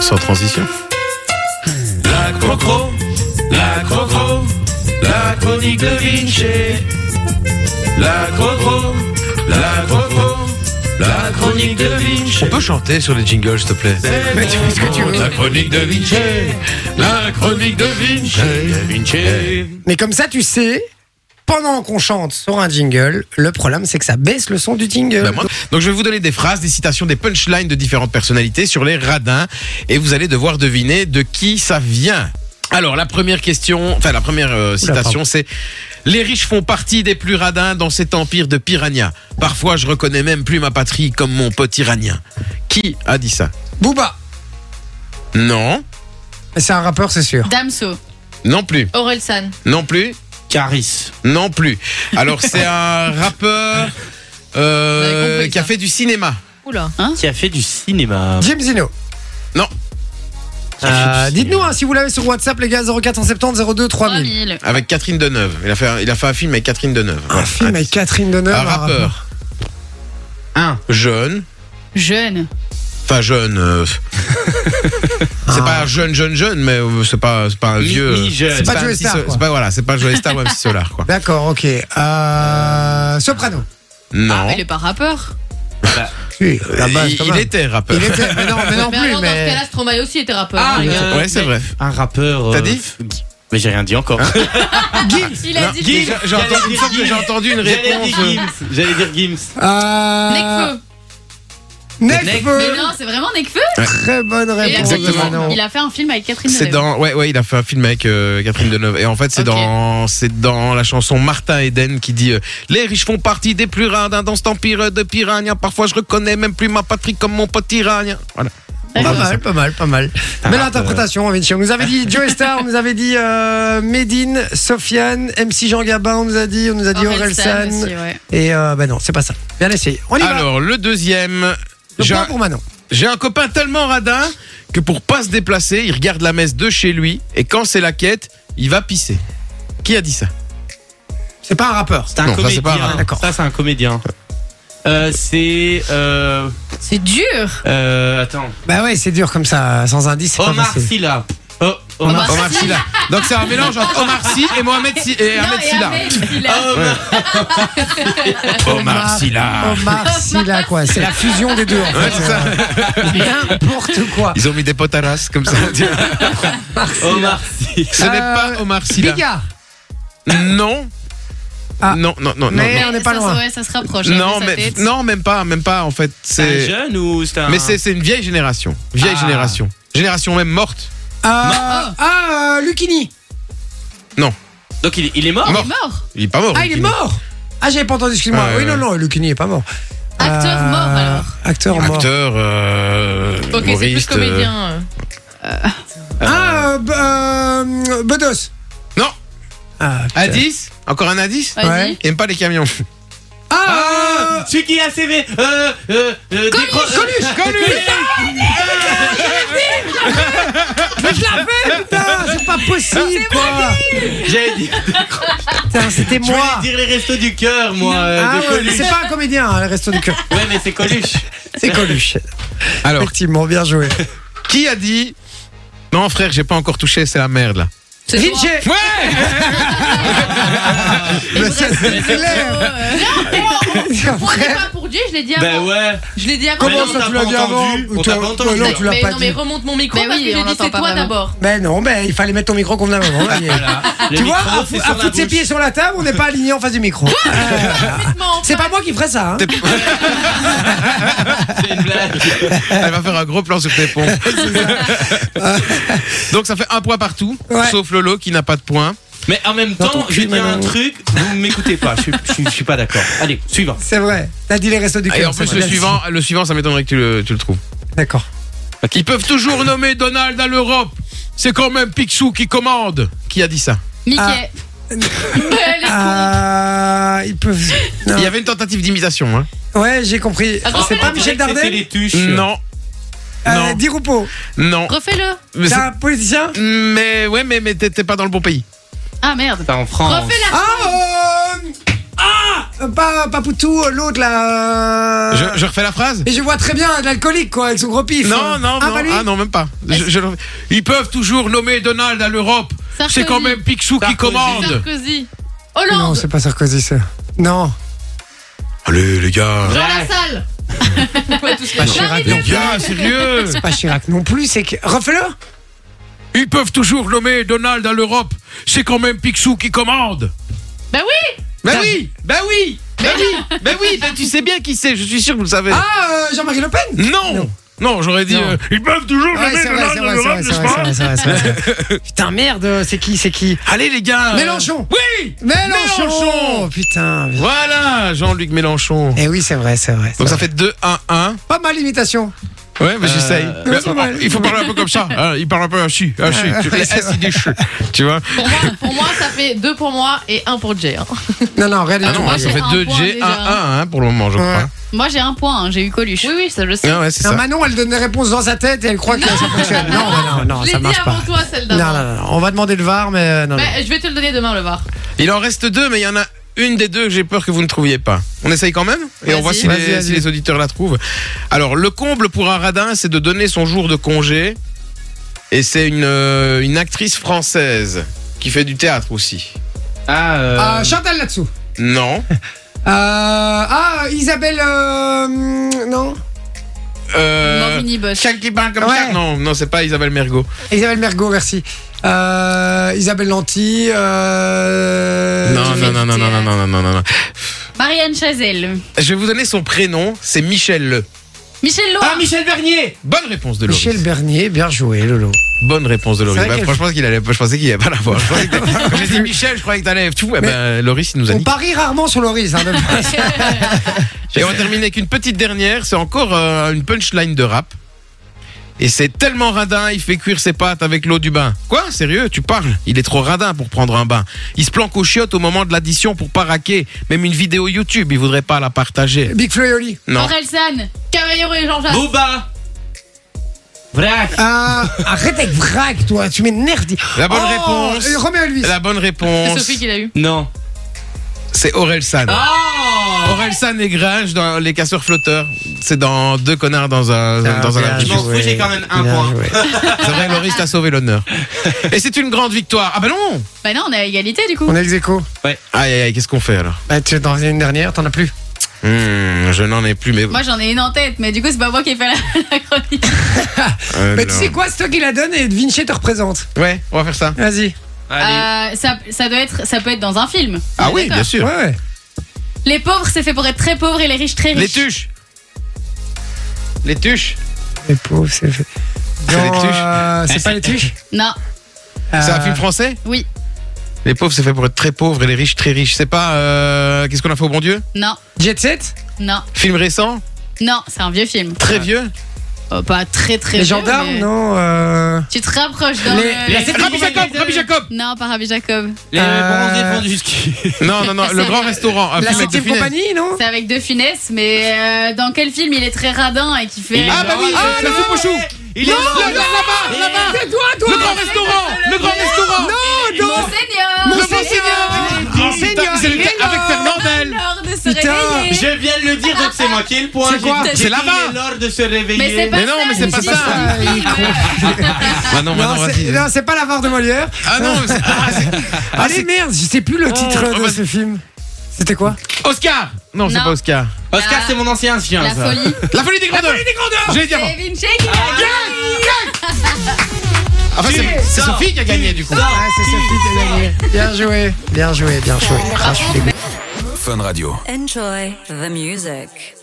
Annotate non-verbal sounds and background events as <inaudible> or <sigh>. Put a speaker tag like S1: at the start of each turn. S1: sans transition.
S2: La crocro, la crocro, la chronique de Vinci. La crocro, la crocro, la chronique de Vinci.
S3: On peut chanter sur les jingles, s'il te plaît
S1: Ben,
S2: Mais tu ce que tu veux. La chronique de Vinci, la chronique de Vinci. De Vinci.
S4: Mais comme ça, tu sais, pendant qu'on chante sur un jingle, le problème c'est que ça baisse le son du jingle.
S1: Bah, moi- Donc je vais vous donner des phrases, des citations, des punchlines de différentes personnalités sur les radins et vous allez devoir deviner de qui ça vient. Alors la première question, enfin la première euh, citation c'est les riches font partie des plus radins dans cet empire de piranha. Parfois je reconnais même plus ma patrie comme mon pote iranien. Qui a dit ça
S4: Booba,
S1: Non,
S4: Mais c'est un rappeur, c'est sûr.
S5: Damso,
S1: non plus,
S5: Orelsan,
S1: non plus,
S2: Caris.
S1: non plus. Alors c'est un <laughs> rappeur euh,
S5: Vous avez compris,
S1: qui a
S5: ça.
S1: fait du cinéma.
S5: oula, hein
S2: Qui a fait du cinéma. Ah,
S4: James Zino.
S1: Non.
S4: Euh, Dites-nous hein, si vous l'avez sur WhatsApp, les gars, 0470 02 3000.
S5: 3000.
S1: Avec Catherine Deneuve. Il a fait un, il a fait un film avec Catherine Deneuve.
S4: Un film avec Catherine Deneuve.
S1: Un rappeur.
S2: Un.
S1: Jeune.
S5: Jeune,
S1: Enfin, jeune.
S4: <laughs>
S1: euh, c'est
S4: Ah.
S1: pas jeune, jeune, jeune, mais euh, c'est pas, c'est pas un vieux. euh,
S4: C'est pas
S1: un
S4: Joey
S1: petit
S4: Star,
S1: so-
S4: quoi.
S1: C'est pas, voilà, c'est pas Joey Star ou MC Solar, quoi.
S4: D'accord, ok. Euh, soprano.
S1: Non.
S5: il est pas rappeur.
S4: Oui, la
S1: il,
S4: base, quand
S1: il
S4: même.
S1: était rappeur.
S4: Euh, Il était, mais non, mais non
S5: mais
S4: plus,
S5: alors, dans ce
S4: mais.
S5: cas-là, Stromae aussi était rappeur.
S2: Ah,
S5: hein, les
S2: mais-
S5: gars.
S2: euh,
S1: ouais, c'est vrai.
S2: Un rappeur. euh,
S1: T'as dit
S2: Guy. Mais j'ai rien dit encore.
S4: Gims.
S5: Il a dit
S1: J'ai
S5: Nekfeu.
S1: j'ai entendu, il me semble que j'ai entendu une
S2: J'allais
S1: réponse.
S2: dire Gims. J'allais dire Gims.
S4: Euh, Nekfeu.
S5: Mais non, c'est vraiment Nekfeu
S4: Très bonne
S5: Et il a
S4: réponse,
S5: fait-
S1: Exactement.
S4: Manon.
S5: Il a fait un film avec Catherine
S1: C'est
S5: Deneuve.
S1: dans, ouais, ouais, il a fait un film avec euh, Catherine Deneuve. Et en fait, c'est
S5: Ok.
S1: dans, c'est dans la chanson Martin Eden qui dit euh, Les riches font partie des plus radins dans cet empire de piranha. Parfois, je reconnais même plus ma patrie comme mon pote iranien. Voilà.
S4: Pas
S5: D'accord.
S4: mal, pas mal, pas mal. Mais l'interprétation, Vinci, on nous avait dit Joe Star, on nous avait dit euh, Medine, Sofiane, MC Jean Gabin, on nous a dit, on nous a dit
S5: Orelsan
S4: Orelsan.
S5: aussi, ouais.
S4: Et euh, bah non, c'est pas ça. Bien essayé. On y va.
S1: Alors, le deuxième.
S4: Le
S1: J'ai
S4: point
S1: un,
S4: pour Manon.
S1: j'ai un copain tellement radin que pour pas se déplacer, il regarde la messe de chez lui. Et quand c'est la quête, il va pisser. Qui a dit ça
S4: C'est pas un rappeur.
S2: C'est un
S1: Non, ça, c'est
S2: comédien.
S1: pas un-
S4: D'accord.
S2: Ça, c'est un comédien. Euh, c'est. Euh,
S5: C'est dur
S2: euh, attends.
S4: Bah ouais, c'est dur comme ça, sans indice. c'est pas
S2: Omar
S4: facile.
S2: Sy là. Oh, Omar
S5: Omar
S1: Omar
S5: Sy.
S1: Sy, là. Donc, c'est un mélange entre Omar Sy et Mohamed Sy, et
S5: Non,
S1: Ahmed
S5: et
S1: Sylla.
S5: Ahmed Sylla.
S4: Omar
S1: Sylla.
S4: Omar
S5: <laughs>
S4: Silla, quoi. C'est la fusion des deux, en fait. Euh, N'importe
S1: <laughs>
S4: quoi.
S1: Ils ont mis des potaras comme
S5: <laughs>
S1: ça.
S2: Omar Sy.
S1: Ce n'est pas Omar Sylla.
S4: Bigard.
S1: Non.
S4: Ah.
S1: Non, non, non, non,
S4: Mais
S1: non.
S4: on n'est
S5: Ça
S4: pas
S5: se-
S4: loin.
S5: ouais, ça se rapproche.
S1: Non,
S5: avec sa
S1: mais,
S5: tête.
S1: non, même pas, même pas. En fait,
S2: C'est un
S1: c'est.
S2: jeune hein. ou c'est un.
S1: Mais c'est c'est une vieille génération. Vieille
S2: Ah.
S1: génération. Génération même morte.
S4: Euh, ah, euh, Lucini.
S2: Donc il, est- il est mort
S5: Il
S1: Mort.
S5: est mort
S1: Il est pas mort.
S4: Ah, il est
S1: Lucini.
S4: mort. Ah, j'avais pas entendu, excuse-moi.
S1: Ouais,
S4: oui, non,
S1: ouais.
S4: non, Lucini est pas mort.
S5: Acteur
S4: Euh,
S5: mort, alors.
S4: Acteur mort.
S1: Acteur, euh,
S5: Ok, c'est plus
S1: humoriste, euh,
S5: comédien. euh.
S4: Ah, euh, B- euh, Bedos.
S1: Non.
S4: Ah, putain.
S1: Indice euh, Encore un indice
S5: Vas-y.
S4: Ouais.
S1: Il aime pas les
S4: <laughs>
S1: camions.
S4: Ah,
S2: Ah Celui qui est ACV euh, euh, euh, décro- euh,
S1: Coluche Coluche
S4: Ah, mais je l'avais, putain, c'est pas possible. quoi.
S2: J'allais dire,
S4: Putain, c'était
S2: je voulais
S4: moi.
S2: dire les restos du cœur, moi, euh,
S4: Ah
S2: de
S4: ouais, mais
S2: Coluche.
S4: c'est pas un comédien, hein, le resto du cœur.
S2: Ouais, mais c'est Coluche.
S4: C'est Coluche.
S1: Alors,
S4: Effectivement, bien joué.
S1: qui a dit Non, frère, j'ai pas encore touché, c'est la merde là.
S5: C'est
S4: Vinci.
S5: toi.
S4: <laughs>
S1: Ouais
S5: Il me
S4: Mais c'est
S5: reste-
S4: clair.
S5: Euh, Non,
S4: C'est
S5: on n'est
S4: vrai.
S5: pas pour Dieu, je l'ai dit
S2: ben
S5: avant.
S2: ouais.
S5: Je l'ai dit avant.
S2: Mais
S4: Comment
S2: non,
S4: ça,
S2: t'as
S4: tu
S2: pas
S4: l'as dit
S2: entendu,
S4: avant
S2: on t'a
S4: Toi,
S2: pas
S4: non,
S2: entendu.
S4: non, tu l'as
S5: mais
S4: pas
S5: non, mais
S4: dit.
S5: remonte mon micro
S6: Mais
S5: parce
S6: oui,
S5: que j'ai
S6: on
S5: dit
S6: l'entend
S5: c'est
S6: pas
S5: toi
S6: vraiment.
S5: d'abord.
S4: Ben non, ben il fallait mettre ton micro convenablement. là, il y a- <laughs>
S2: Voilà. Le
S4: Tu vois,
S2: micro,
S4: à,
S2: c'est
S4: fou-
S2: sur
S4: à
S2: la
S4: foutre ses
S2: bouche.
S4: pieds sur la table, on n'est pas aligné en face
S1: <laughs>
S4: du micro. Ah,
S5: Complètement.
S4: C'est pas moi qui ferais ça. hein.
S2: C'est une
S4: <laughs>
S2: blague.
S4: Eh.
S1: Elle va faire un gros plan sur tes pompes. <laughs> Donc ça fait un point partout,
S4: Ouais.
S1: sauf Lolo qui n'a pas de point.
S2: Mais en même
S4: Dans ton
S2: temps,
S4: cul,
S2: je dis un
S4: maintenant.
S2: truc, vous m'écoutez pas, je suis- je suis- je suis pas d'accord. Allez, suivant.
S4: C'est vrai. T'as dit les restos du cœur.
S1: Ah, Et en
S4: c'est
S1: plus
S4: vrai.
S1: le suivant, le suivant, ça m'étonnerait que tu le, tu le trouves.
S4: D'accord.
S1: Ils peuvent toujours nommer Donald à l'Europe. C'est quand même Picsou qui commande. Qui a dit ça
S5: Mickey. <laughs>
S4: Ah. Euh, ils peuvent. Non.
S1: Il y avait une tentative d'imitation. Hein.
S4: Ouais, j'ai compris.
S1: Ah,
S5: Attends,
S4: C'est
S5: mais
S4: pas
S5: on dirait
S4: Michel
S2: C'était
S4: Dardel
S2: les tuches.
S1: Non,
S4: euh,
S1: non,
S4: Di Rupo.
S1: non.
S5: Refais-le.
S1: Mais,
S4: C'est
S1: c'est-
S4: un politicien
S1: mais ouais, mais, mais t'es t'es pas dans le bon pays.
S5: Ah merde.
S2: T'es en France.
S5: Refais-la.
S4: Ah euh, Ah euh, pas Papoutou, euh, l'autre là. euh,
S1: Je, je refais la phrase
S4: Mais je vois très bien l'alcoolique quoi, avec son gros pif.
S1: Non, non,
S4: ah,
S1: non.
S4: pas lui
S1: ah non, même pas. Je- je le refais. Ils peuvent toujours nommer Donald à l'Europe.
S5: Sarkozy.
S1: C'est quand même Picsou qui
S3: Sarkozy.
S1: commande.
S5: Sarkozy.
S4: Non,
S5: Hollande.
S4: c'est pas Sarkozy ça. Non.
S3: Allez, les gars.
S5: Dans
S4: <laughs>
S5: la salle. Bah
S4: Pas
S5: Chirac,
S1: Les gars, sérieux
S4: C'est pas Chirac non plus, c'est que.
S1: <laughs>
S4: Refais-le
S1: Euh. Ils peuvent toujours nommer Donald à l'Europe. C'est quand même Picsou qui commande.
S5: Bah oui.
S1: Ben oui, ben oui, ben oui, ben oui, ben tu sais bien qui c'est, je suis sûr que vous le savez.
S4: Ah, euh, Jean-Marie Le Pen
S1: non Non, j'aurais dit...
S4: Non.
S1: euh, ils peuvent toujours
S4: Ah Ouais,
S1: nommer
S4: c'est
S1: Donald
S4: vrai, c'est
S1: à
S4: vrai, c'est
S1: l'Europe,
S4: vrai, c'est
S1: n'est-ce
S4: vrai,
S1: pas
S4: c'est vrai, c'est vrai, c'est vrai. <laughs> Putain, merde, c'est qui, c'est qui
S1: Allez les gars euh,
S4: Mélenchon.
S1: Oui
S4: Mélenchon,
S1: Mélenchon
S4: Putain. bien.
S1: Voilà, Jean-Luc Mélenchon.
S4: Eh oui, c'est vrai, c'est vrai. c'est
S1: Donc ça
S4: vrai.
S1: fait 2-1-1.
S4: pas mal l'imitation.
S1: Ouais, mais j'essaye. Mais
S4: c'est vrai.
S1: Il faut parler un peu comme ça. hein, Il parle un peu assis, assis.
S4: <laughs>
S1: Tu fais assis des cheveux, tu vois
S5: Pour moi, pour moi, ça fait deux pour moi et un pour Jay. hein.
S4: Non, non, rien du
S1: Ah
S4: tout.
S1: non,
S5: moi,
S1: hein, ça
S5: j'ai
S1: fait
S5: un point
S1: 2G, 1-1
S5: déjà.
S1: hein, pour le moment, je
S4: Ouais.
S1: crois.
S5: Moi, j'ai un point. hein, J'ai eu Coluche. Oui, oui, ça je sais.
S1: Ah ouais, c'est
S4: Non,
S1: ça.
S4: Manon, elle donne des réponses dans sa tête et elle croit que ça fonctionne. Non, bah non, non, non,
S5: je
S4: ça
S5: l'ai dit
S4: marche
S5: avant
S4: pas.
S5: toi, celle
S4: Non,
S5: d'avant.
S4: non, non, non, on va demander le VAR, mais euh, non, non.
S5: Mais je vais te le donner demain, le voir.
S1: Il en reste deux, mais il y en a une des deux que j'ai peur que vous ne trouviez pas. On essaye quand même et on voit
S5: Vas-y.
S1: si,
S4: Vas-y,
S1: les,
S4: vas-y.
S1: si les auditeurs la trouvent. Alors, le comble pour un radin, c'est de donner son jour de congé. Et c'est une, euh, une actrice française qui fait du théâtre aussi.
S3: Ah, euh,
S4: Euh, Chantal là-dessous.
S1: Non.
S4: Euh, ah, Isabelle. euh, non
S1: Euh,
S5: Morvini Bosch.
S1: celle qui parle comme
S4: Ouais.
S1: ça Non, non, c'est pas Isabelle Mergot.
S4: Isabelle Mergot, merci. Euh, Isabelle Lanty. Euh,
S1: non,
S5: qui
S1: non,
S5: fait
S1: non, non,
S5: du
S1: non, non,
S5: théâtre.
S1: non, non, non, non.
S5: Marianne Chazelle.
S1: Je vais vous donner son prénom, c'est Michel Le.
S5: Michel
S4: Ah,
S5: Loire.
S3: Michel Bernier
S1: Bonne réponse de Laurie.
S4: Michel Bernier, bien joué, Lolo.
S1: Bonne réponse de Laurie.
S4: C'est vrai
S1: Bah,
S4: qu'elle-
S1: franchement, qu'il allait, je pensais qu'il allait pas l'avoir. Je pensais que- <laughs> Quand j'ai dit Michel, je croyais que t'allais. Tout. Eh ben, Laurie, il nous a
S4: On
S1: dit.
S4: parie rarement sur
S1: <laughs>
S4: Loris. Hein, de-
S1: Et on termine avec une petite dernière. C'est encore euh, une punchline de rap. Et c'est tellement radin, il fait cuire ses pattes avec l'eau du bain. Quoi Sérieux Tu parles Il est trop radin pour prendre un bain. Il se planque aux chiottes au moment de l'addition pour pas raquer. Même une vidéo YouTube, il voudrait pas la partager.
S4: Big Flo et Oli.
S1: Non.
S5: Orelsan. Caballero et Jean-Jacques.
S3: Booba Vrac
S4: Ah, arrête avec vrac, toi, tu m'énerves. dis-
S1: La bonne
S4: Oh,
S1: réponse.
S4: euh, Roméo Elvis.
S1: La bonne
S4: <laughs>
S5: C'est
S1: réponse,
S5: Sophie qui l'a eu.
S3: Non.
S1: c'est Aurel San. Aurel San et Gringe dans Les Casseurs Flotteurs. C'est dans Deux connards dans un,
S4: Ah,
S1: dans un
S4: bien
S1: avion.
S3: Je m'en fous,
S4: joué,
S3: j'ai quand même un
S4: bien
S3: point.
S4: joué.
S1: <laughs> C'est vrai, Loris t'a sauvé l'honneur. Et c'est une grande victoire. Ah bah non
S5: Bah non, on est à égalité du coup.
S4: On est ex aequo.
S1: Aïe aïe aïe, qu'est-ce qu'on fait alors
S4: Bah, tu t'en faisais une dernière, t'en as plus.
S1: Hmm, Je n'en ai plus, mais.
S5: Moi j'en ai une en tête, mais du coup c'est pas moi qui ai fait la, <laughs> la chronique.
S1: Euh,
S4: Mais tu
S1: non.
S4: sais quoi, c'est toi qui la donne et Vinci te représente.
S1: Ouais, on va faire ça.
S4: Vas-y.
S3: Allez.
S5: Euh, ça, ça doit être, ça peut être dans un film.
S1: Ah
S5: On est
S1: oui,
S5: d'accord.
S1: bien sûr.
S4: Ouais, ouais.
S5: Les pauvres, c'est fait pour être très pauvres et les riches très
S1: Les
S5: riches.
S1: tuches Les tuches
S4: Les pauvres, c'est fait.
S1: C'est les
S4: Dans,
S1: tuches.
S4: euh, C'est pas les tuches
S5: Non,
S1: <laughs> C'est un
S4: Euh,
S1: film français
S5: oui,
S1: Les pauvres, c'est fait pour être très pauvres et les riches très riches. C'est pas. euh, Qu'est-ce qu'on a fait au bon Dieu
S5: non,
S4: Jet Set
S5: non,
S1: Film récent
S5: non, c'est un vieux film.
S1: Très vieux
S5: Oh, pas très très
S4: Les
S5: vieux,
S4: gendarmes,
S5: mais-
S4: non euh,
S5: Tu te rapproches dans
S4: Les-
S5: le-
S3: La septième
S1: Rabbi
S3: compagnie
S1: Jacob
S3: des-
S1: Rabbi Jacob
S5: Non, pas Rabbi Jacob.
S3: Les
S4: Euh,
S3: bronzés font du ski.
S1: Non, non, non, le grand restaurant. Un
S4: La
S1: film avec
S4: septième
S1: De Funès.
S4: compagnie, non
S5: C'est avec De Funès, mais euh, dans quel film il est très radin et qui fait. euh,
S1: Ah bah oui,
S3: Ah,
S1: la
S3: non,
S1: soupe aux choux
S3: Il est
S1: Là-bas, là-bas, là-bas
S4: Ah, bah, C'est toi, toi
S1: Le grand restaurant Le grand restaurant
S4: Non, non
S5: Monseigneur
S1: Le
S4: Monseigneur
S1: Monseigneur Putain, c'est le
S4: il est
S1: gars Avec
S4: mort
S1: Fernandel
S5: L'heure de se
S4: Putain,
S3: <laughs>
S5: réveiller.
S3: Je viens de le dire, donc c'est moi qui ai le point.
S4: C'est
S3: J'ai-
S4: quoi
S3: j'ai
S1: C'est
S3: dit,
S1: là-bas.
S3: il est l'heure de se réveiller.
S5: Mais c'est pas
S1: Mais non,
S5: ça,
S1: mais c'est
S5: le
S1: pas
S5: titre
S1: ça.
S5: du film.
S1: Ah non,
S4: Non,
S1: maintenant,
S4: c'est-
S1: vas-y.
S4: non, c'est pas la l'avare de Molière.
S1: Ah non, c'est- ah, c'est-
S4: Allez, merde, je sais plus le titre
S1: oh,
S4: de
S1: bah-
S4: ce film. C'était quoi
S1: Oscar Non, c'est
S5: Non.
S1: pas Oscar.
S3: Oscar,
S5: La-
S3: c'est mon ancien chien,
S5: La
S3: ça.
S5: folie.
S1: La folie des grandeurs J'ai dit avant.
S5: C'est Vinci qui l'a dit.
S1: Enfin, Ah, bah, c'est c'est Sophie qui a gagné du coup.
S4: Ouais, c'est Sophie qui a gagné. Bien joué, bien joué, bien joué. Ah, je suis dégoûté.
S6: Enjoy the music.